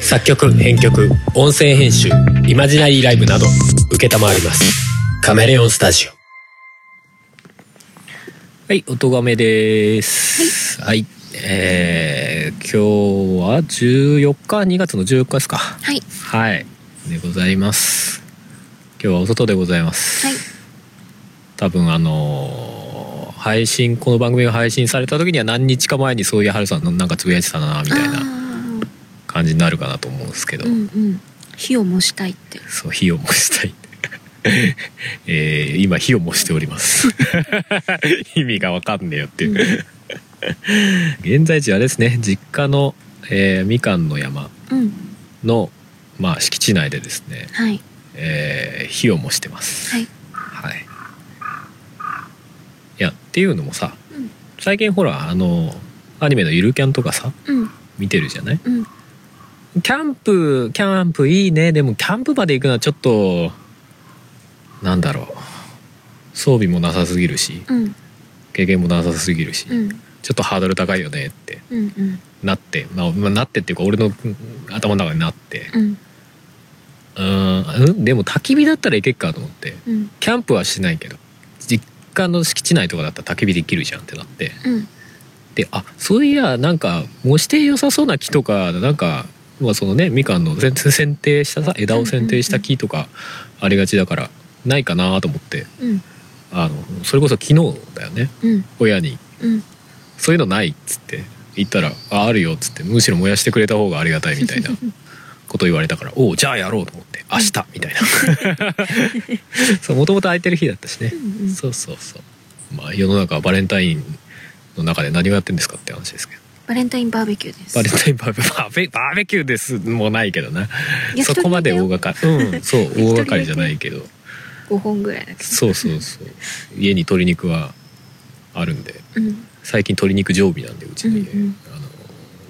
作曲編曲音声編集イマジナリーライブなど承りますカメレオンスタジオはい音がめですはい、えー、今日は14日2月の14日ですかはいはいでございます今日はお外でございます、はい多分あのー配信この番組が配信された時には何日か前にそういう春さんのなんかつぶやいてたなみたいなあ感じになるかなと思うんですけーど、うんうん火をもしたいってそう火を燃したい えー今火を燃しております 意味がわかんねえよっていう、現在地はですね実家の、えーみかんの山うん、うん、の、まあ、敷地内でですね、はいえー火を燃してますはいはい。いやっていうのもさ、うん最近ほらあのアニメのゆるキャンとかさうん見てるじゃない。うんキャンプキャンプいいねでもキャンプまで行くのはちょっとなんだろう装備もなさすぎるしうん経験もなさすぎるし、うんちょっとハードル高いよねってうんうんなって、まあ、まあなってっていうか俺のうん頭の中になってうんうーんうんでも焚き火だったらいけっかと思って。うんキャンプはしないけど実家の敷地内とかだったら焚き火できるじゃんってなってうんであそういやなんか模して良さそうな木とかなんか、まあ、そのねみかんの全然剪定したさ枝を剪定した木とかありがちだからないかなと思ってうんあのそれこそ昨日だよねうん親にうん「そういうのない」っつって言ったら「ああるよ」っつってむしろ燃やしてくれた方がありがたいみ たいなこと言われたから「おうじゃあやろう」と思って「明日」みたい なもともと空いてる日だったしねうんそうそうそうまあ世の中はバレンタインの中で何をやってんですかって話ですけどバレンタインバーベキューですバレンタインバーベバーベバーベキューですもないけどないやそこまで大掛かりうんそう大人だよ掛かりじゃないけど5本ぐらいだけどそうそうそう家に鶏肉はあるんでうん最近鶏肉常備なんでうちの家、うんうんあの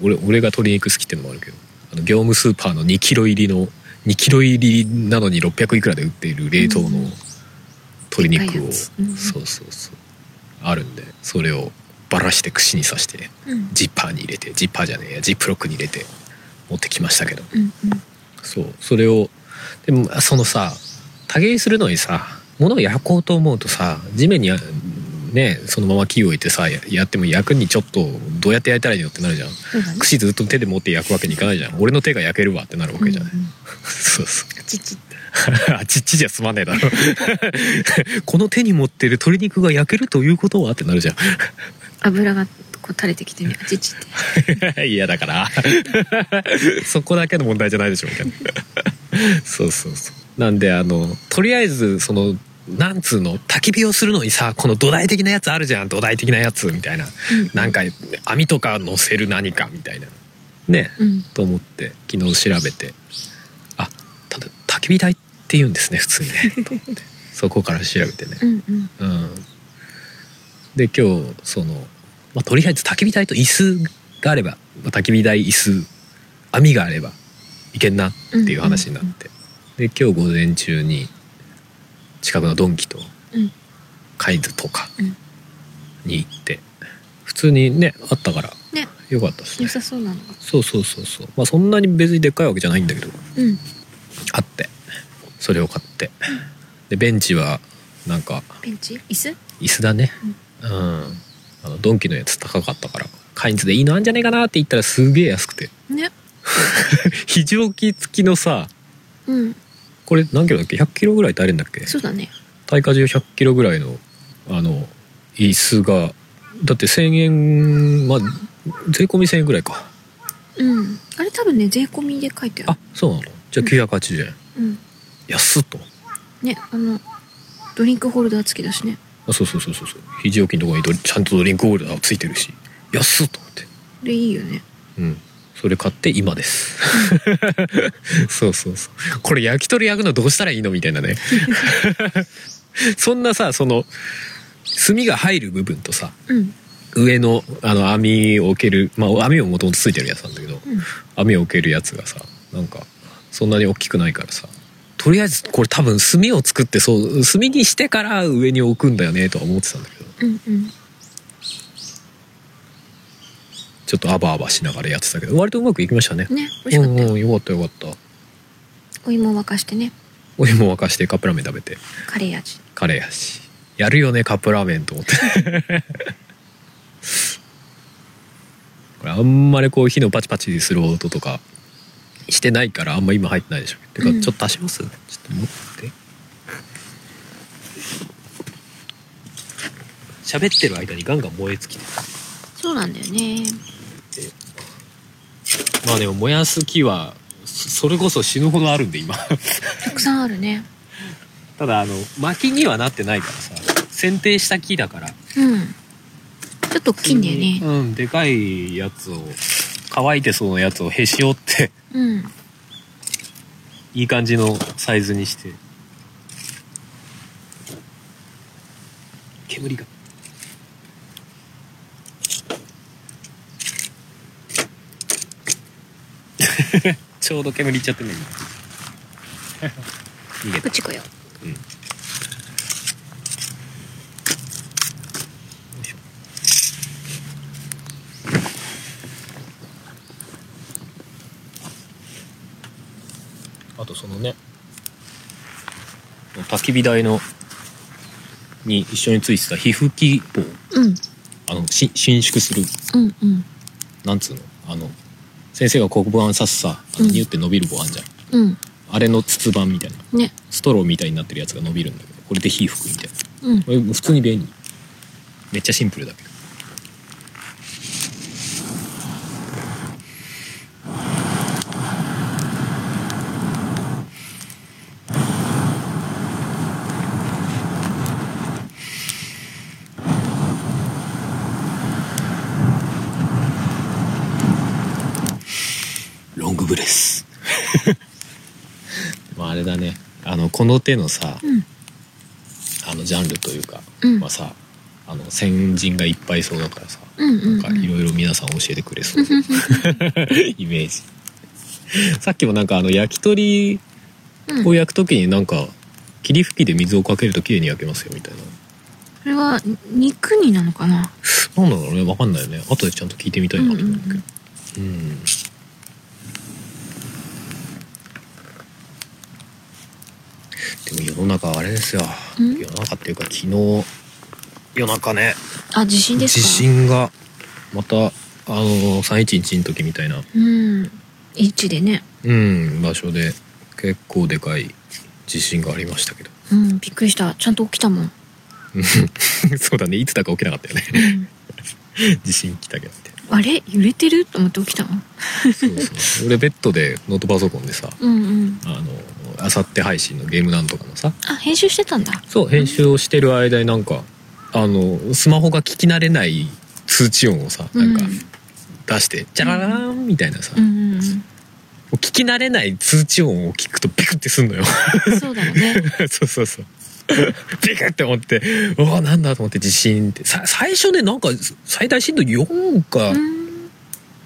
俺俺が鶏肉好きってのもあるけどあの業務スーパーの2キロ入りの2キロ入りなのに600いくらで売っている冷凍の鶏で肉かいを、やつうんうんそうそうそうあるんでそれをバラして串に刺してうんジッパーに入れてジッパーじゃねえやジップロックに入れて持ってきましたけどうんそうそれをでもそのさ多芸するのにさ物を焼こうと思うとさ地面にあねそのまま木を置いてさややっても焼くにちょっとどうやって焼いたらいいのってなるじゃんそうだね串ずっと手で持って焼くわけにいかないじゃん俺の手が焼けるわってなるわけじゃない、うんうんそうそう ちっちってあちっちじゃ済まねえだろ この手に持ってる鶏肉が焼けるということはってなるじゃん油がこう垂れてきてねあちっちっ ていやだからそこだけの問題じゃないでしょみたいな そうそうそうなんであのとりあえずそのなんつうの焚き火をするのにさこの土台的なやつあるじゃん土台的なやつみたいな、うんなんか網とか乗せる何かみたいなね、うんと思って昨日調べてあただ焚き火台って言うんですね普通にねと思ってそこから調べてねうんうんうん、で今日その、まあ、とりあえず焚き火台と椅子があれば、まあ、焚き火台椅子網があればいけんなっていう話になって、で今日午前中に近くのドンキとうんカイズとかうんに行って普通にねあったからねよかったです良ねさそうなのがそうそうそうそうまあそんなに別にでっかいわけじゃないんだけどうんあってそれを買ってでベンチはなんかベンチ椅子椅子だねうん、あのドンキのやつ高かったからカインズでいいのあんじゃねえかなって言ったらすげえ安くて ね非常勤付きのさうんこれ何キロだっけ100キロぐらいってあるんだっけそうだね耐荷重100キロぐらいのあの椅子がだって1,000円まあ税込み1,000円ぐらいかうんあれ多分ね税込みで書いてああるそうなのじゃあ980円、うん安っとねあのドリンクホルダー付きだしねあそうそうそうそうそう非常勤のところにドリちゃんとドリンクホルダーついてるし安っと思ってでいいよねうん、それ買って今です。 そうそうそう。これ焼き鳥焼くのどうしたらいいのみたいなね。 そんなさ、その、炭が入る部分とさ、うん上のあの網を置ける、まあ網ももともとついてるやつなんだけど、うん網を置けるやつがさ、なんか、そんなに大きくないからさ、とりあえずこれ多分炭を作って、そう、炭にしてから上に置くんだよね、とは思ってたんだけど、うんうんちょっとアバアバしながらやってたけど割とうまくいきましたねね美味しかったうんようんよかったよかったお芋沸かしてねお湯も沸かしてカップラーメン食べてカレー味カレーやしやるよねカップラーメンと思って これあんまりこう火のパチパチする音とかしてないからあんま今入ってないでしょてかうんちょっと足します、ちょっと持って喋ってる間にガンガン燃え尽きてそうなんだよねまあでも燃やす気はそそれこそ死ぬほどあるんで今 たくさんあるねただあの薪にはなってないからさ剪定した木だからうんちょっと大きいんだよねうん、でかいやつを、乾いてそうなやつをへし折って、 うんいい感じのサイズにして。煙が。 ちょうど煙いっちゃってね、今逃げたプ。チコよあとそのね焚き火台のに一緒についてた皮膚き棒うんあのし伸縮するうんうんなんつうのあの先生が黒板刺すさあのうんニュって伸びる棒あんじゃん、うんあれの筒板みたいなねストローみたいになってるやつが伸びるんだけどこれで火吹くみたいなうんこれ普通に便利めっちゃシンプルだけどロングブレ スまああれだねあのこの手のさ、うんあのジャンルというか、うんまあさあの先人がいっぱいいそうだからさ、うんうんうんなんかいろいろ皆さん教えてくれ そうなイメージさっきもなんかあの焼き鳥うんを焼く時になんか霧吹きで水をかけると綺麗に焼けますよみたいなそれはに肉になのかななんだろうねわかんないよね後でちゃんと聞いてみたいなと思うけどうんでも世の中はあれですようん世の中っていうか昨日夜中ねあ地震ですか地震がまたあの311の時みたいな、うん一でねうん、場所で結構でかい地震がありましたけど うんびっくりしたちゃんと起きたもん、そうだねいつだか起きなかったよねうん地震来たけどってあれ揺れてると思って起きたもんそうそう俺ベッドでノートパソコンでさうんうんあのあさって配信のゲームなんとかのさあ編集してたんだそう編集をしてる間になんかあのスマホが聞き慣れない通知音をさなんかうん出して、じゃららーんみたいなさ、うもんうんうう聞き慣れない通知音を聞くとビクってすんのよんそうだよね そうそうそう。ビクって思って、うわ、なんだと思って地震って。さ最初ね、なんか最大震度4かうん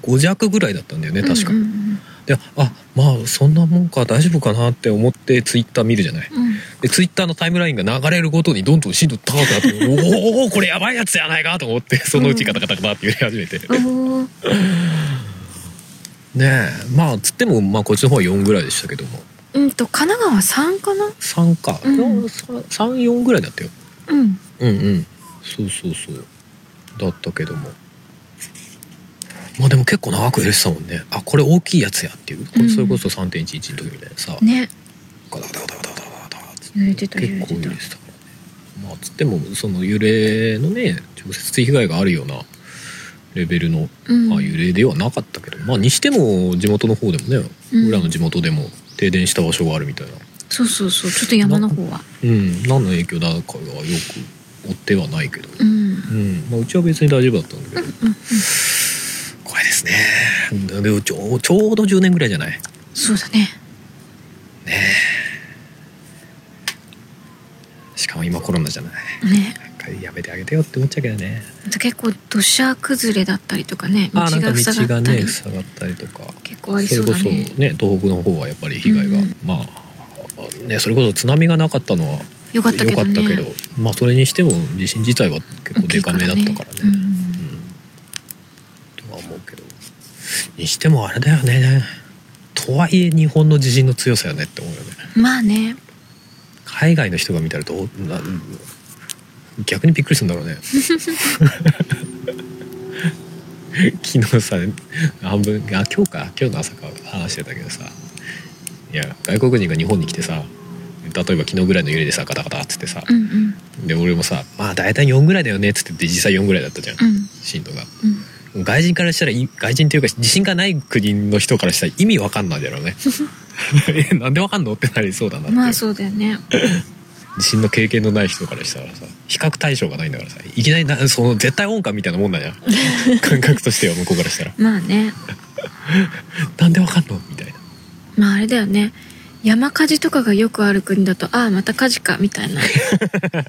5弱ぐらいだったんだよね、確か。うんうんで、あ、まあそんなもんか大丈夫かなって思ってツイッター見るじゃない。うんうんで、ツイッターのタイムラインが流れるごとにどんどん震度高くなって、おおこれやばいやつじゃないかと思って、そのうちガタガタガタって揺れ始めて。おーねえ、まあつっても、まあこっちの方は4ぐらいでしたけども。うんと神奈川3かな3か。うん3、4ぐらいだったよ。うんうんうんそうそうそうだったけどもまあでも結構長く揺れてたもんねあこれ大きいやつやっていうこれうんそれこそ3.11の時みたいなさ、ねガタガタガタガタガタガタガタって揺れてた揺結れ構て揺たれてたからねまあつってもその揺れのね直接的被害があるようなレベルの、うんまあ、揺れではなかったけどまあにしても地元の方でもね、うん俺らの地元でも停電した場所があるみたいなそうそうそうちょっと山の方はうん何の影響だかはよく追ってはないけどうんうんまあ、うちは別に大丈夫だったんだけど、うん怖いですねでもちょうちょうど10年ぐらいじゃないそうだねしかも今コロナじゃないねなんかやめてあげてよって思っちゃうけどねあと結構土砂崩れだったりとかね道あなんかが道塞ががったねり塞がったりとか結構ありそそれこうだそねね東北の方はやっぱり被害が、うんうんまあねそれこそ津波がなかったのはよかったけ良どかったねけどまあそれにしても地震自体は結構大きデいカめだったからねうんうんとは思うけどにしてもあれだよねとはいえ日本の地震の強さよねって思うよねまあね海外の人が見たらどうな逆にびっくりするんだろうね 昨日さ半分あ今日か今日の朝か話してたけどさいや外国人が日本に来てさ例えば昨日ぐらいの揺れでさガタガタっつってさう、んうんで俺もさまあ大体4ぐらいだよねっつってて実際4ぐらいだったじゃん、うん震度がうん外人からしたらい外人というか自信がない国の人からしたら意味わかんないんだろう ね えなんでわかんのってなりそうだなって、まあそうだよね地震の経験のない人からしたらさ比較対象がないんだからさいきなりなその絶対音感みたいなもんだじゃん 感覚としては向こうからしたらまあねなんでわかんのみたいなまああれだよね山火事とかがよくある国だとああまた火事かみたいな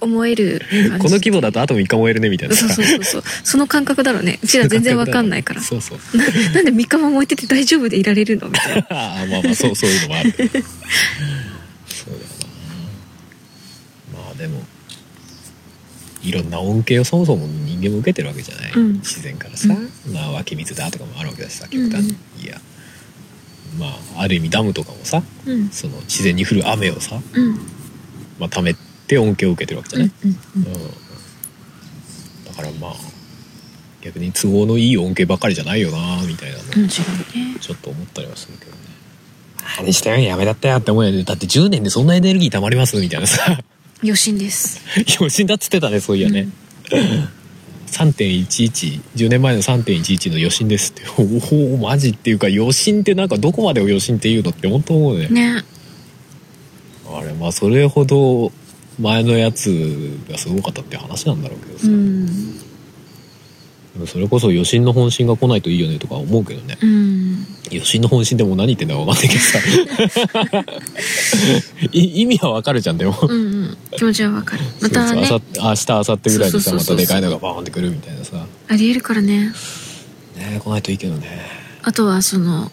思える感じこの規模だとあと3日燃えるねみたいなそうそうそうそうその感覚だろうねうちら全然わかんないからそうそうななんで3日も燃えてて大丈夫でいられるのみたいなああまあまあそうそういうのもあるそうだよなまあでもいろんな恩恵をそもそも人間も受けてるわけじゃない、うん自然からさ、うまあ湧き水だとかもあるわけだしさ極端うんに、いやまあある意味ダムとかもさうんその自然に降る雨をさ、うんまあ、溜めて恩恵を受けてるわけじゃうなんい、うんうんうんだからまあ逆に都合のいい恩恵ばかりじゃないよなみたいなの、面白いねちょっと思ったりはするけどね。あれしたよやめだったよって思うよね。だって10年でそんなエネルギー溜まりますみたいなさ。 余震です余震だっつってたね、そういやね。3.11、10年前の3.11の余震ですって。おお、マジっていうか余震ってなんかどこまでを余震っていうのって本当思うね。うんねあれ、まあそれほど前のやつがすごかったって話なんだろうけどさ。うんでもそれこそ余震の本心が来ないといいよねとか思うけどね。うん余震の本心でもう何言ってんだか分かんないけどさ。 い意味はわかるじゃん、でも。うんうん気持ちはわかるまたねそうそうあさ明日明後日ぐらいにさそうまそたうそうそうでかいのがバーンってくるみたいなさありえるからねね来ないといいけどねあとはその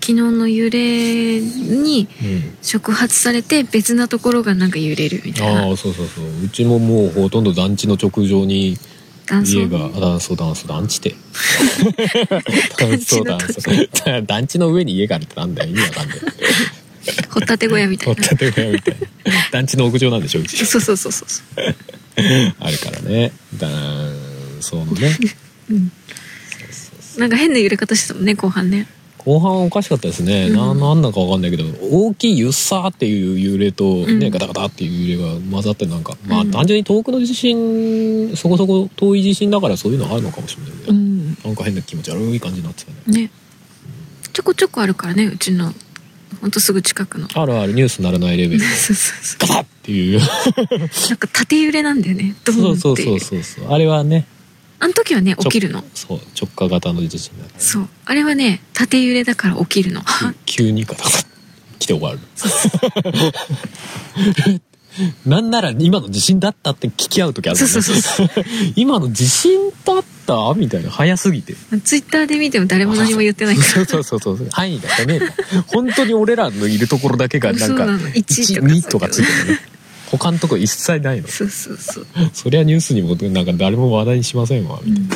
昨日の揺れにうん触発されて別なところがなんか揺れるみたいあなあそうそうそううちももうほとんど団地の直上に断層家があ団層団層団地って団 団層地団の層団地の上に家があるってなんだよ意味わかんない掘ったて小屋みた掘いっなたて小屋みたいな団地の屋上なんでしょうちそうそうそうそうそあるからね団層のねううんそうそうそうなんか変な揺れ方してたもんね後半ね後半おかしかったですね、なうんなんだかわかんないけど大きいゆっさーっていう揺れと、ねうんガタガタっていう揺れが混ざってなんかまあうん単純に遠くの地震そこそこ遠い地震だからそういうのあるのかもしれないけど、うんなんか変な気持ち悪い感じになってたねねちょこちょこあるからねうちのほんとすぐ近くのあるあるニュースならないレベルのそうそうそガタッっていううなんか縦揺れなんだよねドそーンうってそうそうそうそうあれはねあの時はねちょ起きるのそう直下型の地震だからそうあれはね縦揺れだから起きるの急にガタガタ来て終わる なんなら今の地震だったって聞き合う時あるもんねそうそうそ今の地震だったみたいな早すぎてツイッターで見ても誰も何も言ってないからそうそうそうそう範囲がねえんだ本当に俺らのいるところだけがなんそうかなの1 2ととかかついてるね他のとこ一切ないのそうそうそう、そりゃニュースにもなんか誰も話題にしませんわうん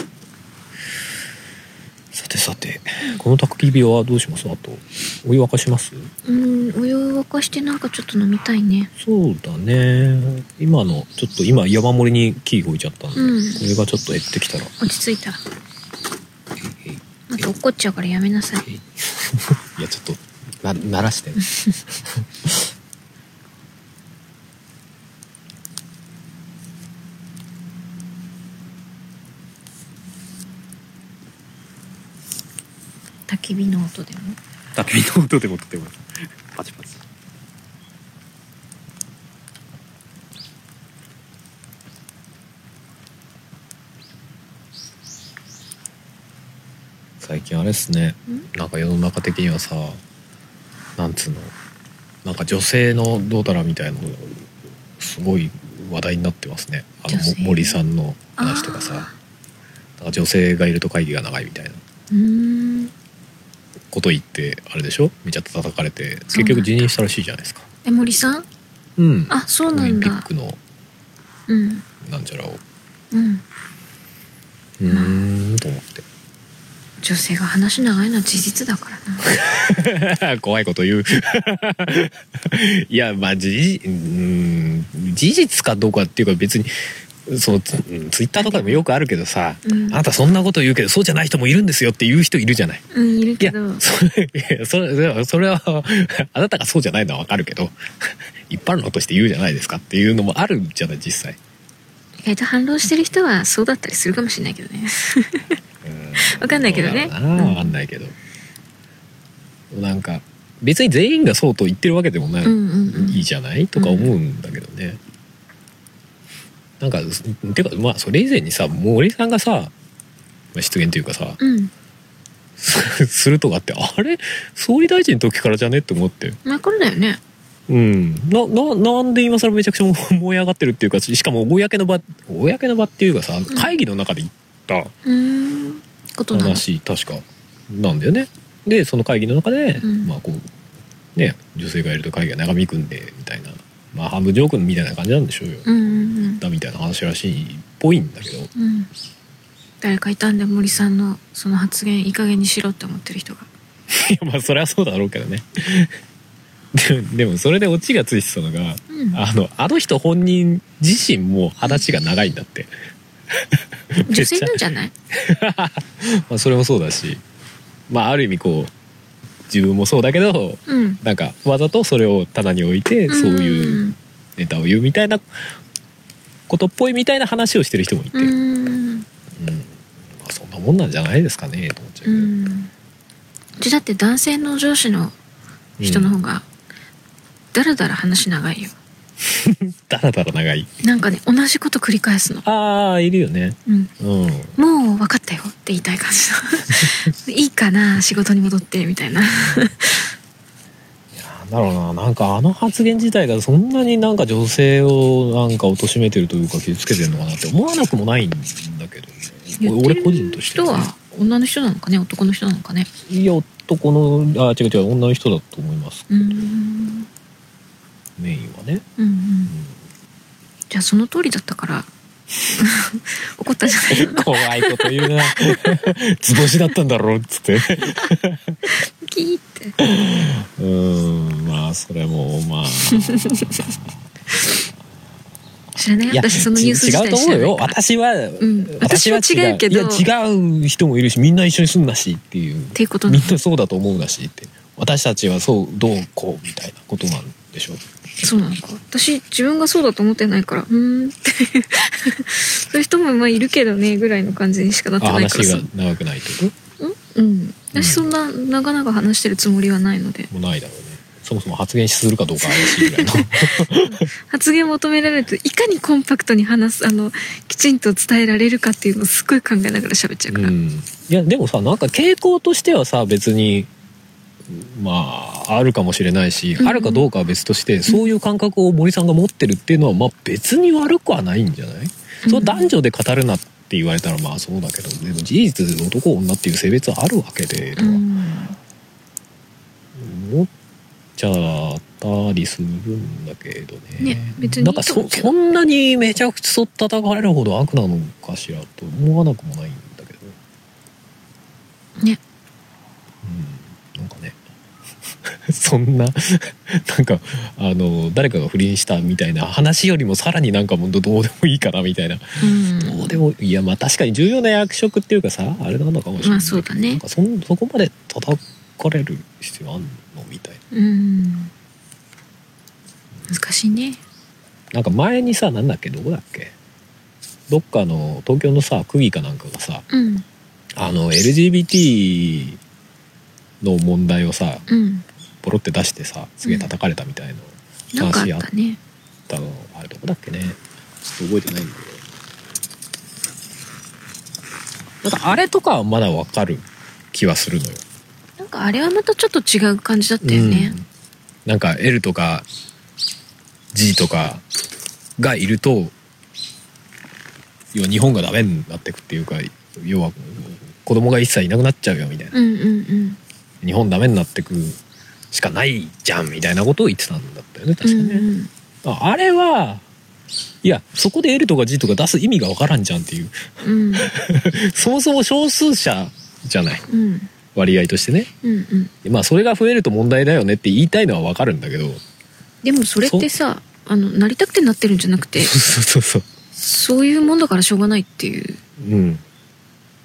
さてさてこの焚き火はどうしますあとお湯沸かしますうんお湯を沸かしてなんかちょっと飲みたいねそうだね今のちょっと今山盛りに木動いちゃったんで、うんこれがちょっと減ってきたら落ち着いたらえいまた怒っちゃうからやめなさいえいいやちょっとな鳴らしてね焚き火の音でも焚き火の音でもとてもパチパチ最近あれっすねなんか世の中的にはさなんつうのなんか女性のどうたらみたいなのすごい話題になってますねあの女性も森さんの話とかさあーなんか女性がいると会議が長いみたいなうんこと言ってあれでしょめちゃ叩かれて結そうなん局だ辞任したらしいじゃないですかえ森さんうんあそオうなリんンピだックのうんなんちゃらをうんうーんと思って女性が話長いのは事実だから な怖いこと言う いやまあ事実うん事実かどうかっていうか別にそのツツイッターとかでもよくあるけどさ、うんあなたそんなこと言うけどそうじゃない人もいるんですよって言う人いるじゃない。 うんいるいけやどそれいやそれそれそれはあなたがそうじゃないのはわかるけど 一般論として言うじゃないですかっていうのもあるじゃない実際。意外と反論してる人はそうだったりするかもしれないけどねわかんないけどねうなのかなうんわかんないけど、なんか別に全員がそうと言ってるわけでもない、うんうんうんいいじゃないとか思うんだけどね、なんかてかまあそれ以前にさ森さんがさまあ失言というかさ うんするとかってあれ総理大臣の時からじゃねって思ってまあこれだよねうんなななんで今更めちゃくちゃ燃え上がってるっていうかしかも公の場公の場っていうかさ会議の中で言った、うーんことなの話確かなんだよねでその会議の中で、うんまあこうね女性がいると会議が長引くんでみたいなまあ半分ジョークみたいな感じなんでしょうよ、うんうんだみたいな話らしいっぽいんだけど うんうん誰かいたんで森さんのその発言いい加減にしろって思ってる人がいやまあそれはそうだろうけどね でもでもそれでオチがついてたのがうんあのあの人本人自身も話が長いんだって、女性なんじゃないまあ、それもそうだしまあある意味こう自分もそうだけどうんなんかわざとそれを棚に置いて そういうネタを言うみたいなことっぽいみたいな話をしてる人もいて、ううんんうんまあ、そんなもんなんじゃないですかねと思っちゃうけうど、んじゃだって男性の上司の人のう方んがだらだら話長いよだらだら長いなんかね同じこと繰り返すの、ああいるよねうん、うんもう分かったよって言いたい感 じのいいかな仕事に戻ってみたいななんだろうななんかあの発言自体がそんなになんか女性をなんか貶めてるというか傷つけてるのかなって思わなくもないんだけどね言って俺る個人として人は女の人なのかね男の人なのかねいや男のあ違う違う女の人だと思いますうーんメインはね、うんうんうんじゃあその通りだったから 怒ったんじゃ ないの 怖いこと言うな 図星だったんだろうっつってキーってうーんまあそれもまあ知らないいや私そのニュースち自違う体と知思らうないよから私は、ん私は違うけどいや違う人もいるしみんな一緒に住んだしっていうっていうことなみのんなそうだと思うなしって私たちはそうどうこうみたいなことなんでしょうそうなのか私自分がそうだと思ってないからうーんって そういう人もまあいるけどねぐらいの感じにしかなってあないから話さが長くないってこうん私そんな長々話してるつもりはないのでともうないだろうねそもそも発言するかどうか怪しいぐらいの発言求められるといかにコンパクトに話すあのきちんと伝えられるかっていうのをすごい考えながら喋っちゃうから、うん、いやでもさなんか傾向としてはさ別にまああるかもしれないし、うんあるかどうかは別としてそういう感覚を森さんが持ってるっていうのはまあ別に悪くはないんじゃない、うんその男女で語るなって言われたらまあそうだけどでも事実男女っていう性別はあるわけでとうはん思っちゃったりするんだけどねね別にいないんかと思そうけそどんなにめちゃくちゃ叩かれるほど悪なのかしらと思わなくもないんだけどねうんなんかね そんな なんかあの誰かが不倫したみたいな話よりもさらになんかもうどどうでもいいかなみたいな、うんどうでもいやまあ確かに重要な役職っていうかさあれなのかもしれないけど、まあそうだねなんかそんそこまで叩かれる必要あんのみたいなうん難しいねなんか前にさなんだっけどこだっけどっかの東京のさ区議かなんかがさうんあの LGBT の問題をさうんボロって出してさすげえ叩かれたみたいな、なんかあっ話あったねったのあれどこだっけねちょっと覚えてないんだけどなんかあれとかはまだわかる気はするのよ、なんかあれはまたちょっと違う感じだったよねうんなんか L とか G とかがいると要は日本がダメになってくっていうか要は子供が一切いなくなっちゃうよみたいな、うんうん日本ダメになってくしかないじゃんみたいなことを言ってたんだったよねうんう確かね、んああれはいやそこ で L とか G とか出す意味がわからんじゃんっていううんそもそも少数者じゃないうん割合としてねうんうんまあそれが増えると問題だよねって言いたいのはわかるんだけどでもそれってさあのなりたくてなってるんじゃなくてそうそうそうそういうもんだからしょうがないっていううん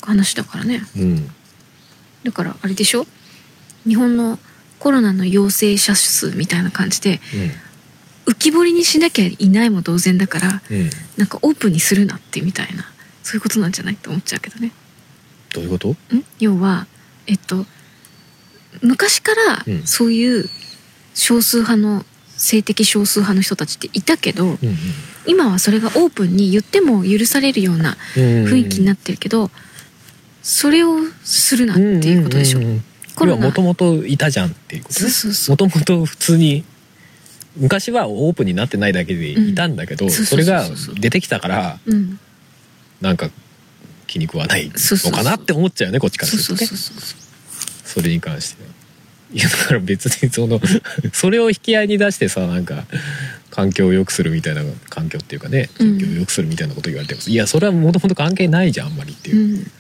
話だからねうんだからあれでしょ日本のコロナの陽性者数みたいな感じで浮き彫りにしなきゃいないも同然だからうんうんなんかオープンにするなってみたいなそういうことなんじゃないって思っちゃうけどね。どういうことん要はえっと昔かうらんそういう少数派の性的少数派の人たちっていたけどうん今はそれがオープンに言っても許されるようなうん雰囲気になっってるけど、それをするなっていうことでしょ。コロナもともといたじゃんっていうことそうそうそうもともと普通に昔はオープンになってないだけでいたんだけど、うんそうそそれうそうそうが出てきたからうん、なんか気に食わないそうそうそのうかなって思っちゃうよねこっちからすそうるとそねうそうそうそれに関してはいやだから別にその それを引き合いに出してさなんか環境を良くするみたいな環境っていうかねう状ん況を良くするみたいなこと言われても、いやそれはもともと関係ないじゃんあんまりっていううん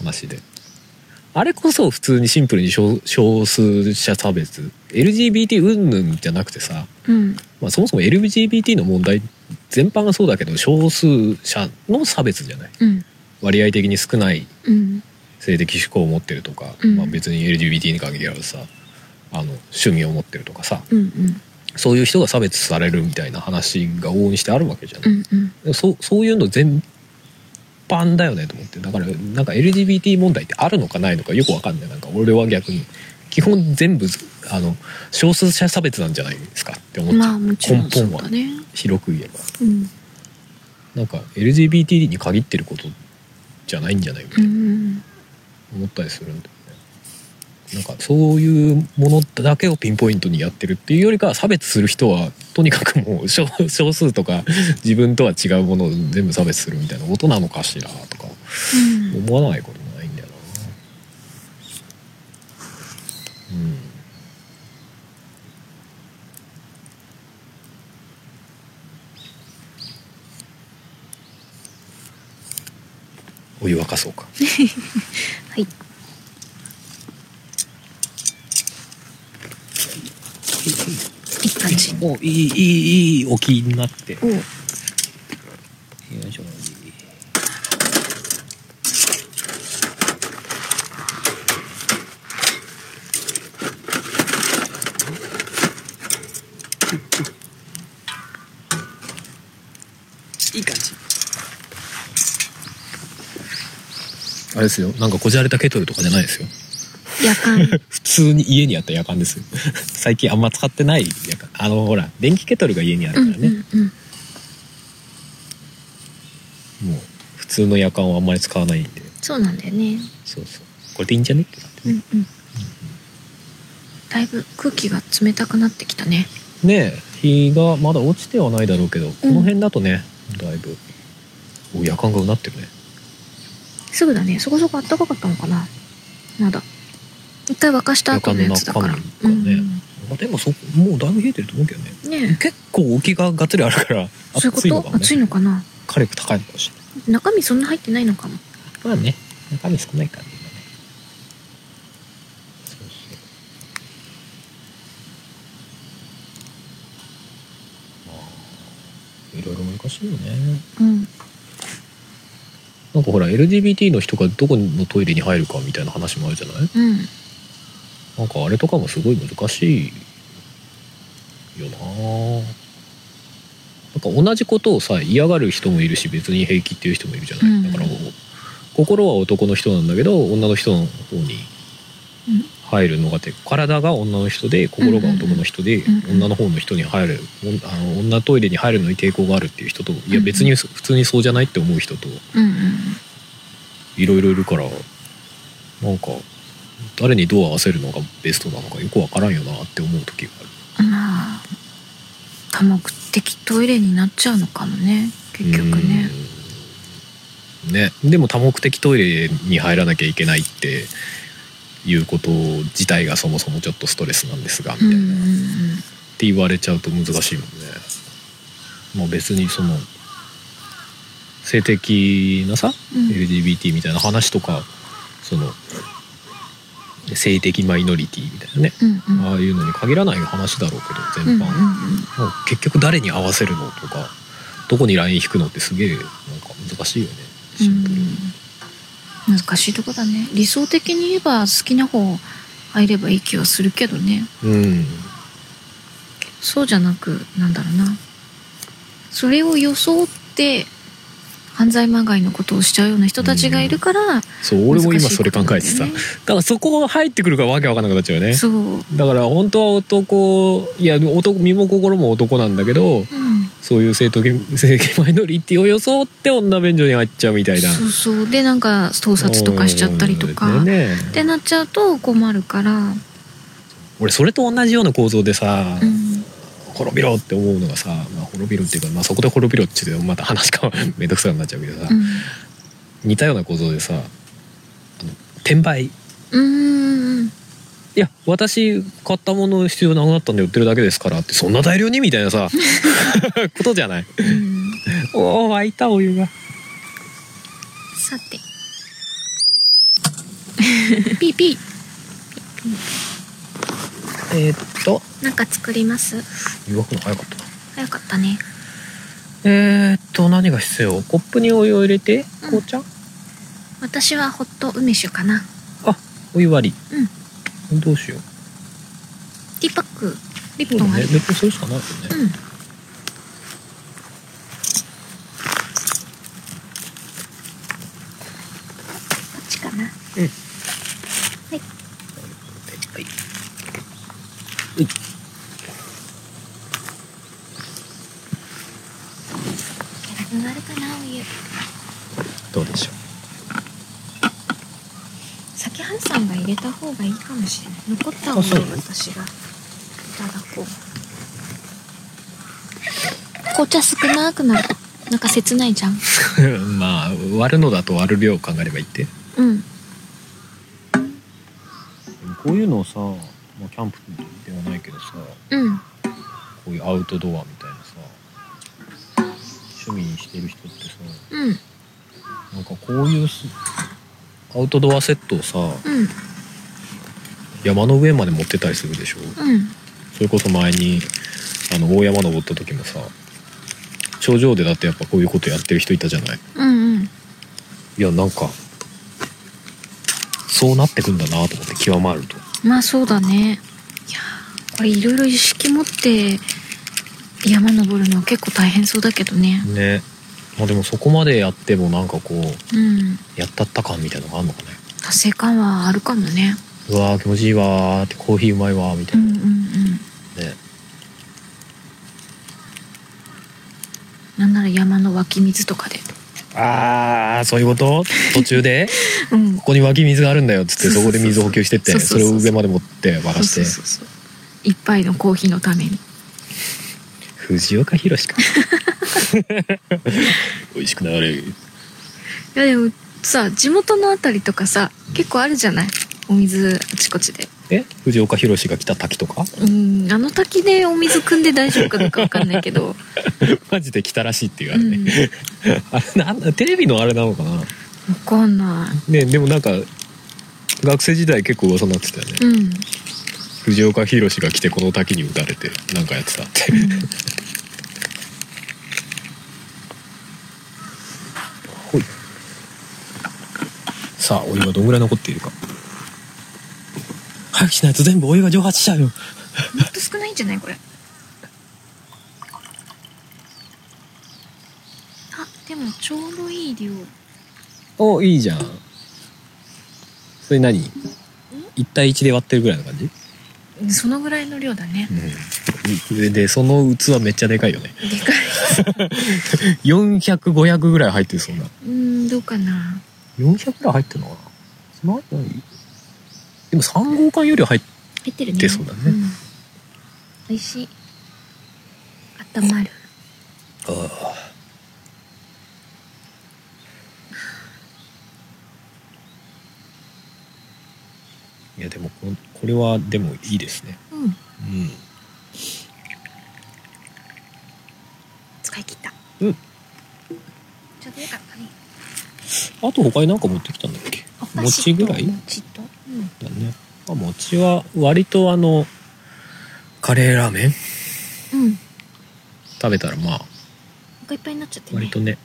話で、あれこそ普通にシンプルに少少数者差別 LGBT 云々じゃなくてさ、うんまあ、そもそも LGBT の問題全般がそうだけど少数者の差別じゃないうん割合的に少ないうん性的指向を持ってるとか、うんまあ、別に LGBT に限らずさあの趣味を持ってるとかさうんうんそういう人が差別されるみたいな話が往々にしてあるわけじゃない、うんうんん、そうそういうの全般だよねと思ってだからなんか LGBT 問題ってあるのかないのかよくわかんないなんか俺は逆に基本全部あの少数者差別なんじゃないですかって思っちゃう、まあもちろんそう根本だはね。広く言えばうんなんか LGBT に限ってることじゃないんじゃないみたいなうんうん思ったりするんだよねなんかそういうものだけをピンポイントにやってるっていうよりかは差別する人はとにかくもう少 少数とか自分とは違うものを全部差別するみたいなことなのかしらとかうん思わないこともないんだよなうんお湯沸かそうかはい。一般人。おいいいいいいお気になってよおういしょいい感じ。あれですよなんかこじゃれたケトルとかじゃないですよ夜間。普通に家にあった夜間ですよ 最近あんま使ってない夜間あのほら電気ケトルが家にあうるんからね、うんうん。もう普通の夜間をあんまり使わないんでそうなんだよね。そうそうこれでいいんじゃねってなってうねんうん。だいぶ空気が冷たくなってきたね。ねえ日がまだ落ちてはないだろうけどこの辺だとね、だいぶお夜間がうなってるねすぐだね。そこそこ暖かかったのかな。まだ。一回沸かした後のやつだから。夜間の中身かねあでもそもうだいぶ冷えてると思うけどねうんうん。ね結構沖ががっつりあるからえ。そういうこ暑いのかともね暑いのかな。火力高いのかもしれない中身そんな入ってないのかも。まあね、中身少ないからね。今ねそうそう。まあ、いろいろ難しいよね。うん。なんかほら、LGBT の人がどこのトイレに入るかみたいな話もあるじゃないうん。なんかあれとかもすごい難しいよななんか同じことをさ嫌がる人もいるし別に平気っていう人もいるじゃない、うんだから心は男の人なんだけど女の人の方にうん入るのがて体が女の人で心が男の人で、うんうんうん女の方の人に入るおんあの女トイレに入るのに抵抗があるっていう人というんうやん別に普普通にそうじゃないって思う人とうんうんいろいろいるからなんか誰にどう合わせるのがベストなのかよくわからんよなって思う時がある。うん。まあ多目的トイレになっちゃうのかもね結局ね。うんねでも多目的トイレに入らなきゃいけないっていうこと自体がそもそもちょっとストレスなんですがみうたいんうな、んって言われちゃうと難しいもんね。まあ、別にその性的なさうん LGBT みたいな話とかその性的マイノリティみたいなね、うんうんああいうのに限らない話だろうけど全般、うんもうんうんう結局誰に合わせるのとかどこにライン引くのってすげえなんか難しいよねシンプルに、うん、難しいとこだね理想的に言えば好きな方入ればいい気はするけどねうんそうじゃなくなんだろうなそれを装って犯罪まがいのことをしちゃうような人たちがいるから、そう俺も今それ考え難てしいさ、ことだよねだからそこ入ってくるからわけわかんなくなっちゃうよねそう、うん、だから本当は男いや男身も心も男なんだけどそういう性的性的マイノリティを装って女便所に入っちゃうみたいなそうそうでなんか盗撮とかしちゃったりとうか、んでねってなっちゃうと困るから、俺それと同じような構造でさ、うん、滅びろって思うのがさ、まあ、滅びるっていうか、まあ、そこで滅びろっていうとまた話が めんどくさくなっちゃうけどさ、うん似たような構造でさあの転売いうんうんや私買ったもの必要なくなったんで売ってるだけですからってそんな大量にみたいな さことじゃないうんおお沸いたお湯がさて。 ピーピー、えー、っとなんか作ります。湯沸くの早かったな早かったね。えー、っと何が必要コップにお湯を入れて紅茶、私はホット梅酒かな。お湯割り、どうしようティーパック、リそプうトだンあねる。別にそれしかないよね、うん。こっちかな。はい。なくなるかな、お湯。どうでしょ酒原さんが入れた方がいいかもしれない残った方あそうがなの私がいただこう紅茶少なくなるなんか切ないじゃんう。 まあ割るのだと割る量を考えればいいって。うんこういうのをさ、まあキャンプではないけどさ、うんこういうアウトドアみたいなさ、趣味にしてる人ってさ、うんなんかこういうすアウトドアセットをさ、うん山の上まで持ってたりするでしょ。うんそれこそ前にあの大山登った時もさ、頂上でだってやっぱこういうことやってる人いたじゃない。うんうんいやなんかそうなってくんだなと思って極まるとまあそうだねいやーこれいろいろ意識持って山登るのは結構大変そうだけどねねまあでもそこまでやってもなんかこううんやったった感みたいなのがあるのかね達成感はあるかもねうわー気持ちいいわーってコーヒーうまいわーみたういんうんなうね、んなんなら山の湧き水とかであーそういうこと途中でうん ここに湧き水があるんだよっつってそそうそこうそうで水補給してってそうそそうれそうを上まで持って沸かしそうてそうそう一杯のコーヒーのために藤岡 弘か美味しくなれいやでもさ地元のあたりとかさ結構あるじゃないお水あちこちでえ藤岡弘が来た滝 とかうんあの滝でお水汲んで大丈夫かどうかわかんない けど、マジで来たらしいっていうあうれね、ん、 あれなんテレビのあれなのかなわかんなねでもなんか学生時代結構噂になってたよね、い うん藤岡弘が来てこの滝に打たれてなんかやってたって、ほい さあお湯はどんぐらい残っているか早くしないと全部お湯が蒸発しちゃうよもっと少ないんじゃないこれあでもちょうどいい量おいいじゃんそれ何1対1で割ってるぐらいの感じ、うんそのぐらいの量だねうん、ででその器めっちゃでかいよねでかい400500ぐらい入ってるそうなうんどうかな400ぐらい入ってるのかなその後にでも3号館よりは入っ入ってるね出そうだねん、美味しい温まるああいやでもここれはでもいいですねうんうん使い切ったうんちょうどよかったねあと他に何か持ってきたんだっけあ餅ぐらい餅と、うん、だね、まあ、餅は割とあのカレーラーメンうん食べたらまあお腹いっぱいになっちゃってね割とね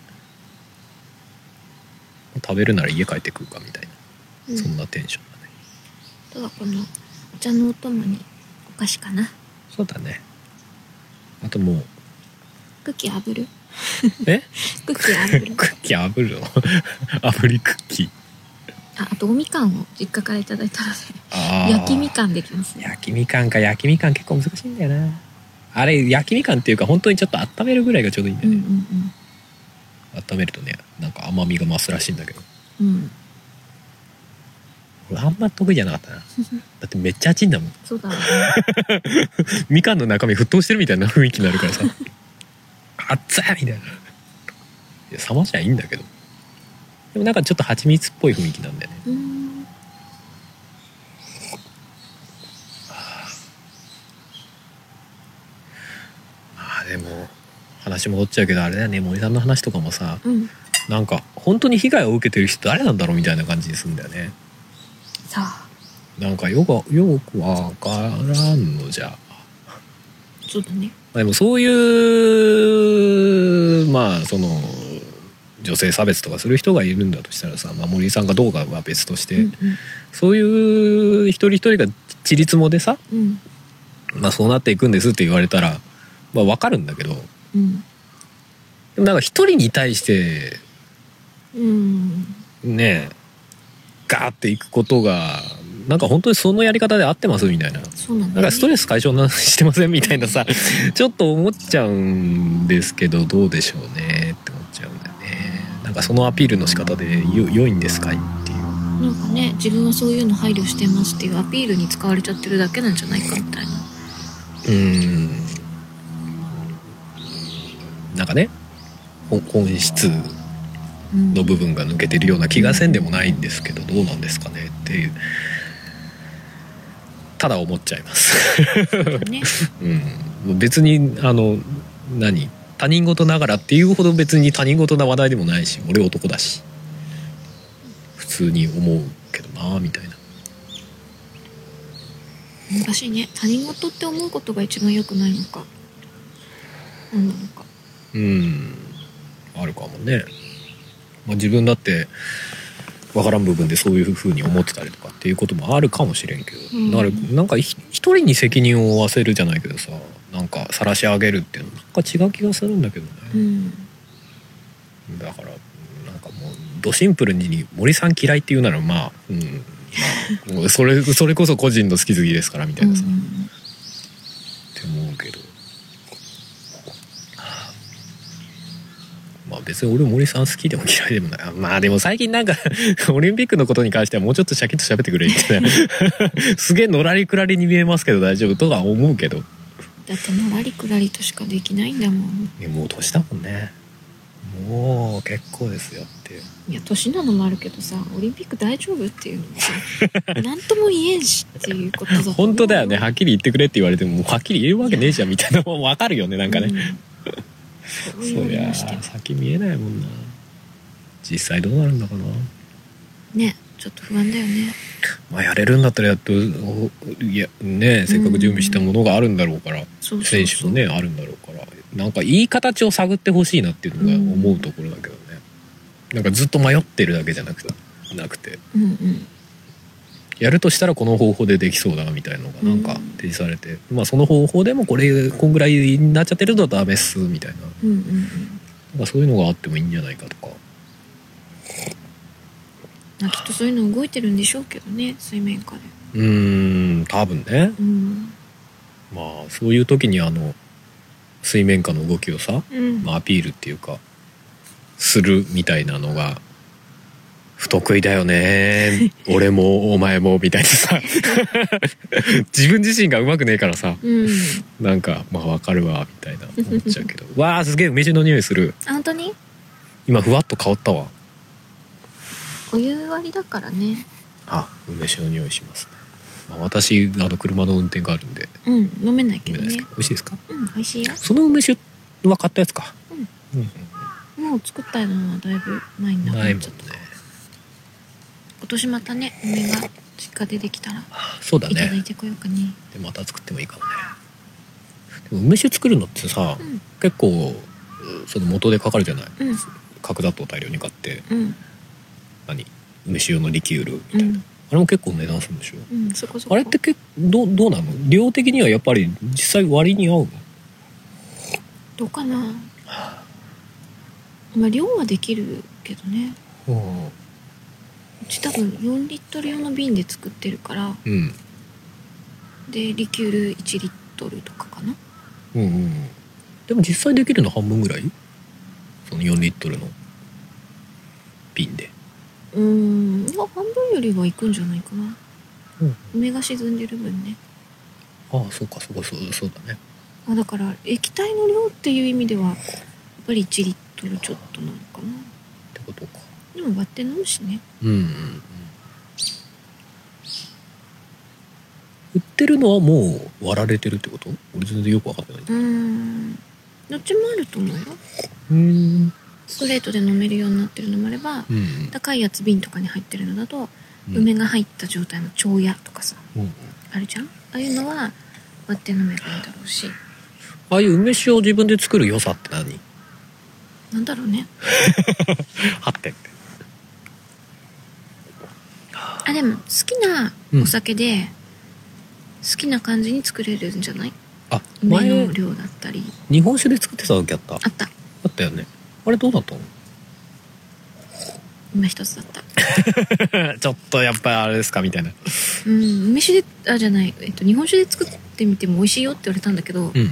食べるなら家帰って食うかみたいな、うん、そんなテンションだねあとはこのお茶のお供にお菓子かなそうだねあともうクッキー炙るえクッキー炙るクッキー炙るの 炙りクッキー ああとおみかんを実家からいただいたのあでー焼きみかんできますね焼きみかんか焼きみかん結構難しいんだよなあれ焼きみかんっていうか本当にちょっと温めるぐらいがちょうどいいんだうよんね、うん温めるとねなんか甘みが増すらしいんだけどうんうん俺あんま得意じゃなかったなだってめっちゃ熱いんだもんそうだねみかんの中身沸騰してるみたいな雰囲気になるからさ熱いみたいないや冷ましゃいいんだけどでもなんかちょっと蜂蜜っぽい雰囲気なんだよね うーんあーでも話戻っちゃうけどあれだよね森さんの話とかもさうんなんか本当に被害を受けてる人誰なんだろうみたいな感じにするんだよねさあなんかよくよくわからんのじゃそうだねまあでもそういうまあその女性差別とかする人がいるんだとしたらさ、まあ、森さんがどうかは別として、うんそういう一人一人がちりつもでさ、うんうんまあ、そうなっていくんですって言われたら、まあ、わかるんだけどでうんもなんか一人に対してうんねガーっていくことがなんか本当にそのやり方で合ってますみたいな。そうなんだ、ね、なんかストレス解消なしてませんみたいな さちょっと思っちゃうんですけどどうでしょうねって思っちゃうんだよねなんかそのアピールの仕方でよ良いんですかいっていうなんかね自分はそういうの配慮してますっていうアピールに使われちゃってるだけなんじゃないかみたいなうんなんかねほ本質うんの部分が抜けてるような気がせんでもないんですけどどうなんですかねっていうただ思っちゃいます、ねうん、別にあの何他人事ながらっていうほど別に他人事な話題でもないし俺男だし普通に思うけどなみたいな難しいね他人事って思うことが一番良くないのか何なのかうんあるかもね、まあ、自分だって分からん部分でそういうふうに思ってたりとかっていうこともあるかもしれんけど、うんだからなんかひ一人に責任を負わせるじゃないけどさなんか晒し上げるっていうのなんか違う気がするんだけどね、うんだからなんかもうドシンプルに「森さん嫌い」って言うならまあ、うんまあもうそれ それこそ個人の好き好きですからみたいなさ、って思うけどまあ別に俺森さん好きでも嫌いでもないあまあでも最近なんか オリンピックのことに関してはもうちょっとシャキッと喋ってくれみたいなすげえのらりくらりに見えますけど大丈夫とは思うけどだってのらりくらりとしかできないんだもんいやもう年だもんねもう結構ですよっていういや年なのもあるけどさオリンピック大丈夫っていうのも さなんとも言えんしっていうことだと思う本当だよねはっきり言ってくれって言われてももうはっきり言えるわけねえじゃんみたいなもんわかるよねなんかね、うん、そうそり言われゃまあしても先見えないもんな実際どうなるんだかなねちょっと不安だよねまあやれるんだったらやっとおいやねせっかく準備したものがあるんだろうから、そうそうそ選う手もねあるんだろうからなんかいい形を探ってほしいなっていうのが思うところだけどね、なんかずっと迷ってるだけじゃなくてなくてうんうんやるとしたらこの方法でできそうだなみたいなのがなんか提示されて、まあその方法でもこれこんぐらいになっちゃってるとダメっすみたいなうんうんうんなんかそういうのがあってもいいんじゃないかとかまあきっとそういうの動いてるんでしょうけどね水面下でうーん多分ねうんまあそういう時にあの水面下の動きをさ、うんまあ、アピールっていうかするみたいなのが不得意だよ ね俺もお前もみたいなさ 自分自身がうまくねえからさうんなんかまあわかるわみたいな思っちゃうけど わあすげえ梅酒の匂いするあ本当に今ふわっと香ったわお湯割りだからねあ梅酒の匂いしますね、まあ、私あの車の運転があるんでうん飲めないけ飲めどないですけねど美味しいですかうん美味しいよその梅酒は買ったやつか、うんもう作ったのはだいぶ前になくないもんなっねちゃった今年またね梅が実家出てきたらそうだいただいねてこようかねでまた作ってもいいかもねでも梅酒作るのってさ、うん結構その元で書かれてないうん角砂糖大量に買ってうん何梅酒用のリキュールみたういな、あんれも結構値段するんでしょうんそこそこあれってけどうどうなの量的にはやっぱり実際割に合うのどうかなまあ量はできるけどねうんうち多分4リットル用の瓶で作ってるからうんでリキュール1リットルとかかなうんうんでも実際できるの半分ぐらいその4リットルの瓶でうーんまあ半分よりはいくんじゃないかなうん梅が沈んでる分ねああそうかそうかそうそうだねあだから液体の量っていう意味ではやっぱり1リットルちょっとなのかなってことかでも割って飲むしねうんうんうん売ってるのはもう割られてるってこと俺全然よく分かってないんだうーんどっちもあると思うようんストレートで飲めるようになってるのもあればうん高いやつ瓶とかに入ってるのだと、うん梅が入った状態の蝶やとかさうんあるじゃんああいうのは割って飲めばいいだろうしああいう梅酒を自分で作る良さって何なんだろうね発展ってあでも好きなうんお酒で好きな感じに作れるんじゃないあ梅前の量だったり日本酒で作ってた時あったああったったよねあれどうだったの今一つだった ちょっとやっぱりあれですかみたいな。うん梅酒であじゃない、えっと、日本酒で作ってみても美味しいよって言われたんだけど、うん。違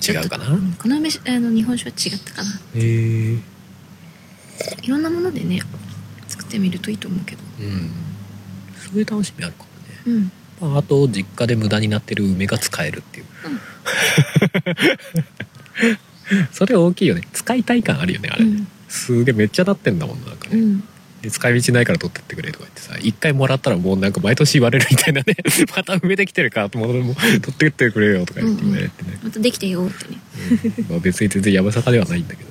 ちょっうかとな。んこの梅酒あの日本酒は違ったかなへえ。いろんなものでね作ってみるといいと思うけどうん。そういう楽しみあるかもうんね。まあ、あと実家で無駄になってる梅が使えるっていう。それ大きいよね。使いたい感あるよねあれ。うんすげえめっちゃなってんだもんなんかうね。んで使い道ないから取ってってくれとか言ってさ一回もらったらもうなんか毎年言われるみたいなね また梅できてるかと思ってもう取ってってくれよとか言って言われてね、またできてよってねうんまあ、別に全然やぶさかではないんだけど、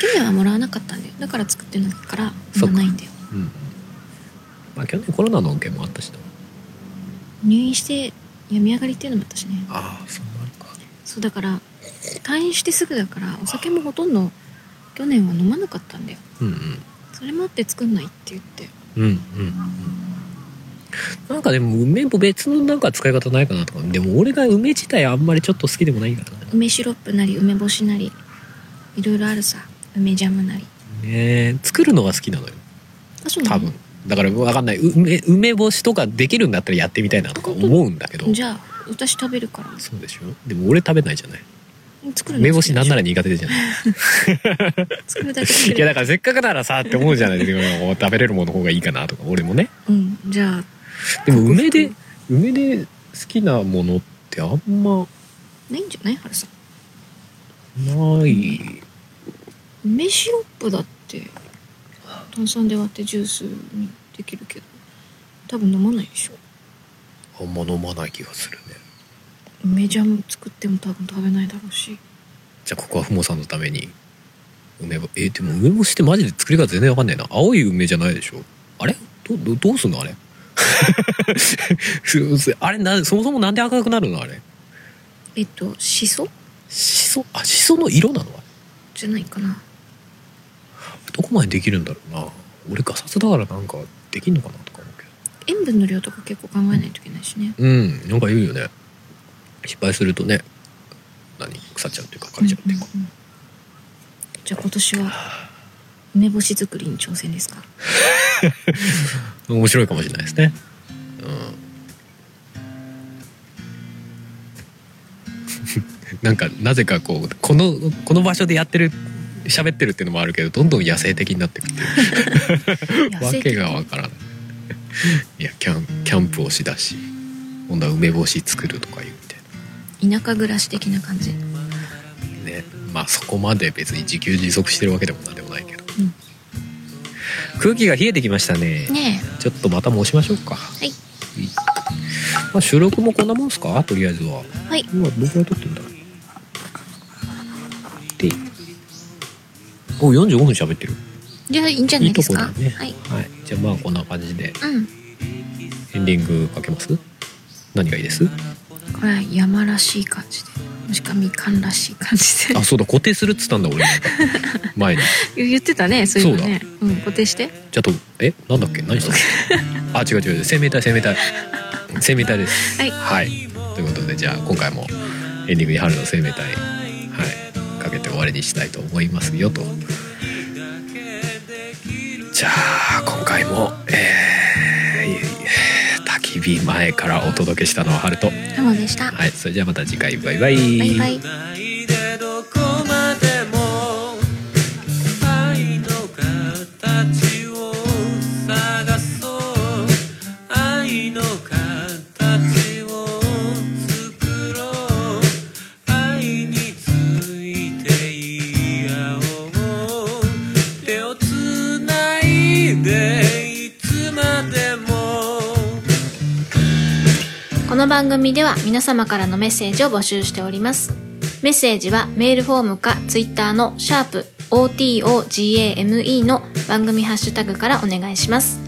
去年はもらわなかったんだよだから作ってないからそ今っかないんだようんまあ、去年コロナの恩恵もあったしな入院して病み上がりっていうのも私ねああそんなあるかそうだから退院してすぐだからお酒もほとんど去年は飲まなかったんだようんそれもあって作んないって言ってうんうんうんうんなんかでも梅も別のなんか使い方ないかなとかでも俺が梅自体あんまりちょっと好きでもないから梅シロップなり梅干しなりいろいろあるさ梅ジャムなりねえ作るのが好きなのよあそうな多の分だから分かんない梅梅干しとかできるんだったらやってみたいなとか思うんだけどじゃあ私食べるからそうでしょでも俺食べないじゃない作るの梅干しなんなら苦手でじゃ ない作るだけ いやだからせっかくならさって思うじゃないですか 食べれるものの方がいいかなとか俺もねうんじゃあでも梅で梅で好きなものってあんまないんじゃない春さんない梅シロップだって炭酸で割ってジュースにできるけど多分飲まないでしょあんま飲まない気がするね梅ジャム作っても多分食べないだろうしじゃあここはふもさんのために梅干えでも梅干しってマジで作り方全然わかんないな青い梅じゃないでしょあれどどどうすんのあれ すすあれなそもそもなんで赤くなるのあれえっとシソしそあしその色なのあれじゃないかなどこまでできるんだろうな俺ガサツだからなんかできんのかなとか思うけど塩分の量とか結構考えないといけないしねうんなんか言うよね失敗するとね何腐っちゃうっていうか枯れちゃうっていうか、うんうんうんじゃあ今年は梅干し作りに挑戦で すか面白いかもしれないですねうんなん かなぜかこうこのこの場所でやってる喋ってるっていうのもあるけどどんどん野生的になってくっていうわけがわからないいやキャンキャンプをしだし今度は梅干し作るとかいうみたいな田舎暮らし的な感じねまあそこまで別に自給自足してるわけでもなんでもないけど、うん空気が冷えてきましたねねちょっとまた申しましょうかはいまあ、収録もこんなもんすかとりあえずはえはい今どのくらい撮ってんだろうでお45分喋ってるじゃあいいんじゃないですかいいとこだねはい、はい、じゃあまあこんな感じでうん、エンディングかけます何がいいですこれは山らしい感じでもしくはみかんらしい感じであそうだ固定するっつったんだ俺なんか前に 言ってたねそういうのねう、ん、固定してじゃあとえなんだっけ何したっけあ違う違う違う生命体生命体生命体ですはいということでじゃあ今回もエンディングに春の生命体はいかけて終わりにしたいと思いますよとじゃあ今回もえー焚き火前からお届けしたのは春とどうもでしたはいそれじゃあまた次回バイバイないでどこまでも愛の形を探そう愛の形を作ろう愛についてい合おう手をつないでいつまでもこの番組では皆様からのメッセージを募集しております。メッセージはメールフォームかツイッターのシャープ o t o g a m e の番組ハッシュタグからお願いします。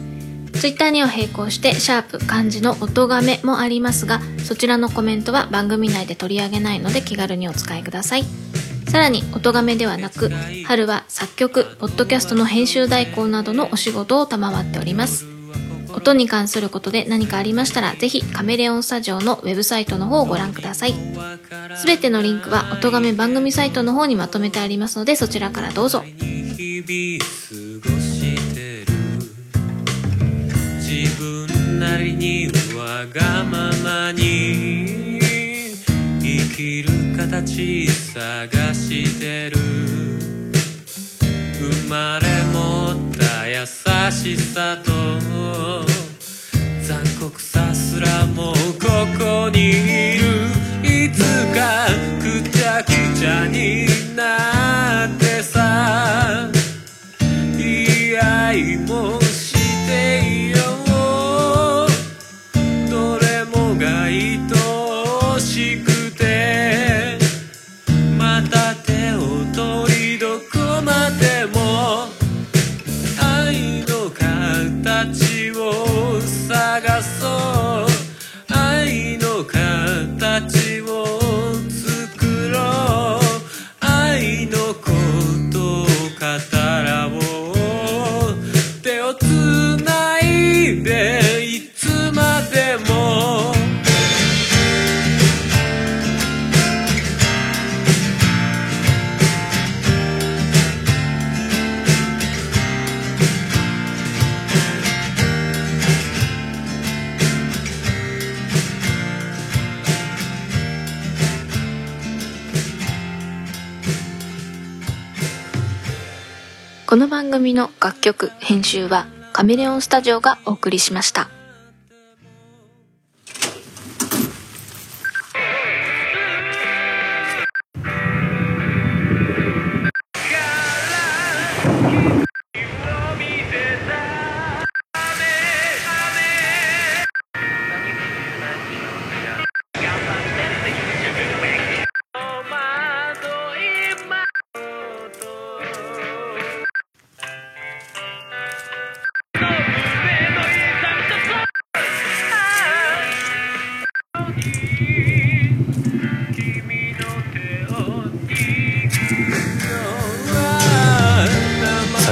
ツイッターには並行してシャープ漢字の音がめもありますが、そちらのコメントは番組内で取り上げないので気軽にお使いください。さらに音がめではなく、春は作曲、ポッドキャストの編集代行などのお仕事を賜っております。音に関することで何かありましたら、ぜひカメレオンスタジオのウェブサイトの方をご覧ください。すべてのリンクは音亀番組サイトの方にまとめてありますので、そちらからどうぞ。日々過ごしてる自分なりにわがままに生きる形探してる生まれ持った優しさと残酷さすらもうここにいるいつかくちゃくちゃになってさ言い合いもしていようどれもが愛おしくてまた手を取りどこまでも愛の形を探そう愛の形を作ろう愛のことを語らおう手をつないでいつまでもこの番組の楽曲、編集はカメレオンスタジオがお送りしました。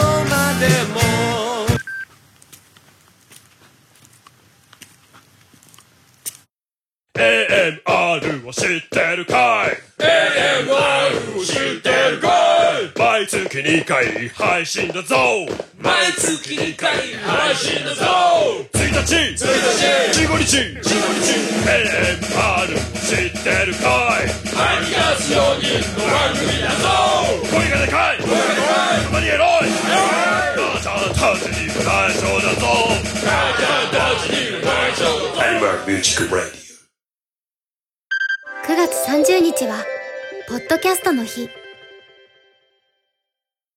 こまでも毎月2回配信だぞ毎月2回配信だぞ1日1日15日15日 LMR 知ってるかい声がでかい声がでかいたまにエロい母ちゃんたちに無対象だぞ母ちゃんたちに無対象 LMR ミュージックラディ9月30日は、ポッドキャストの日。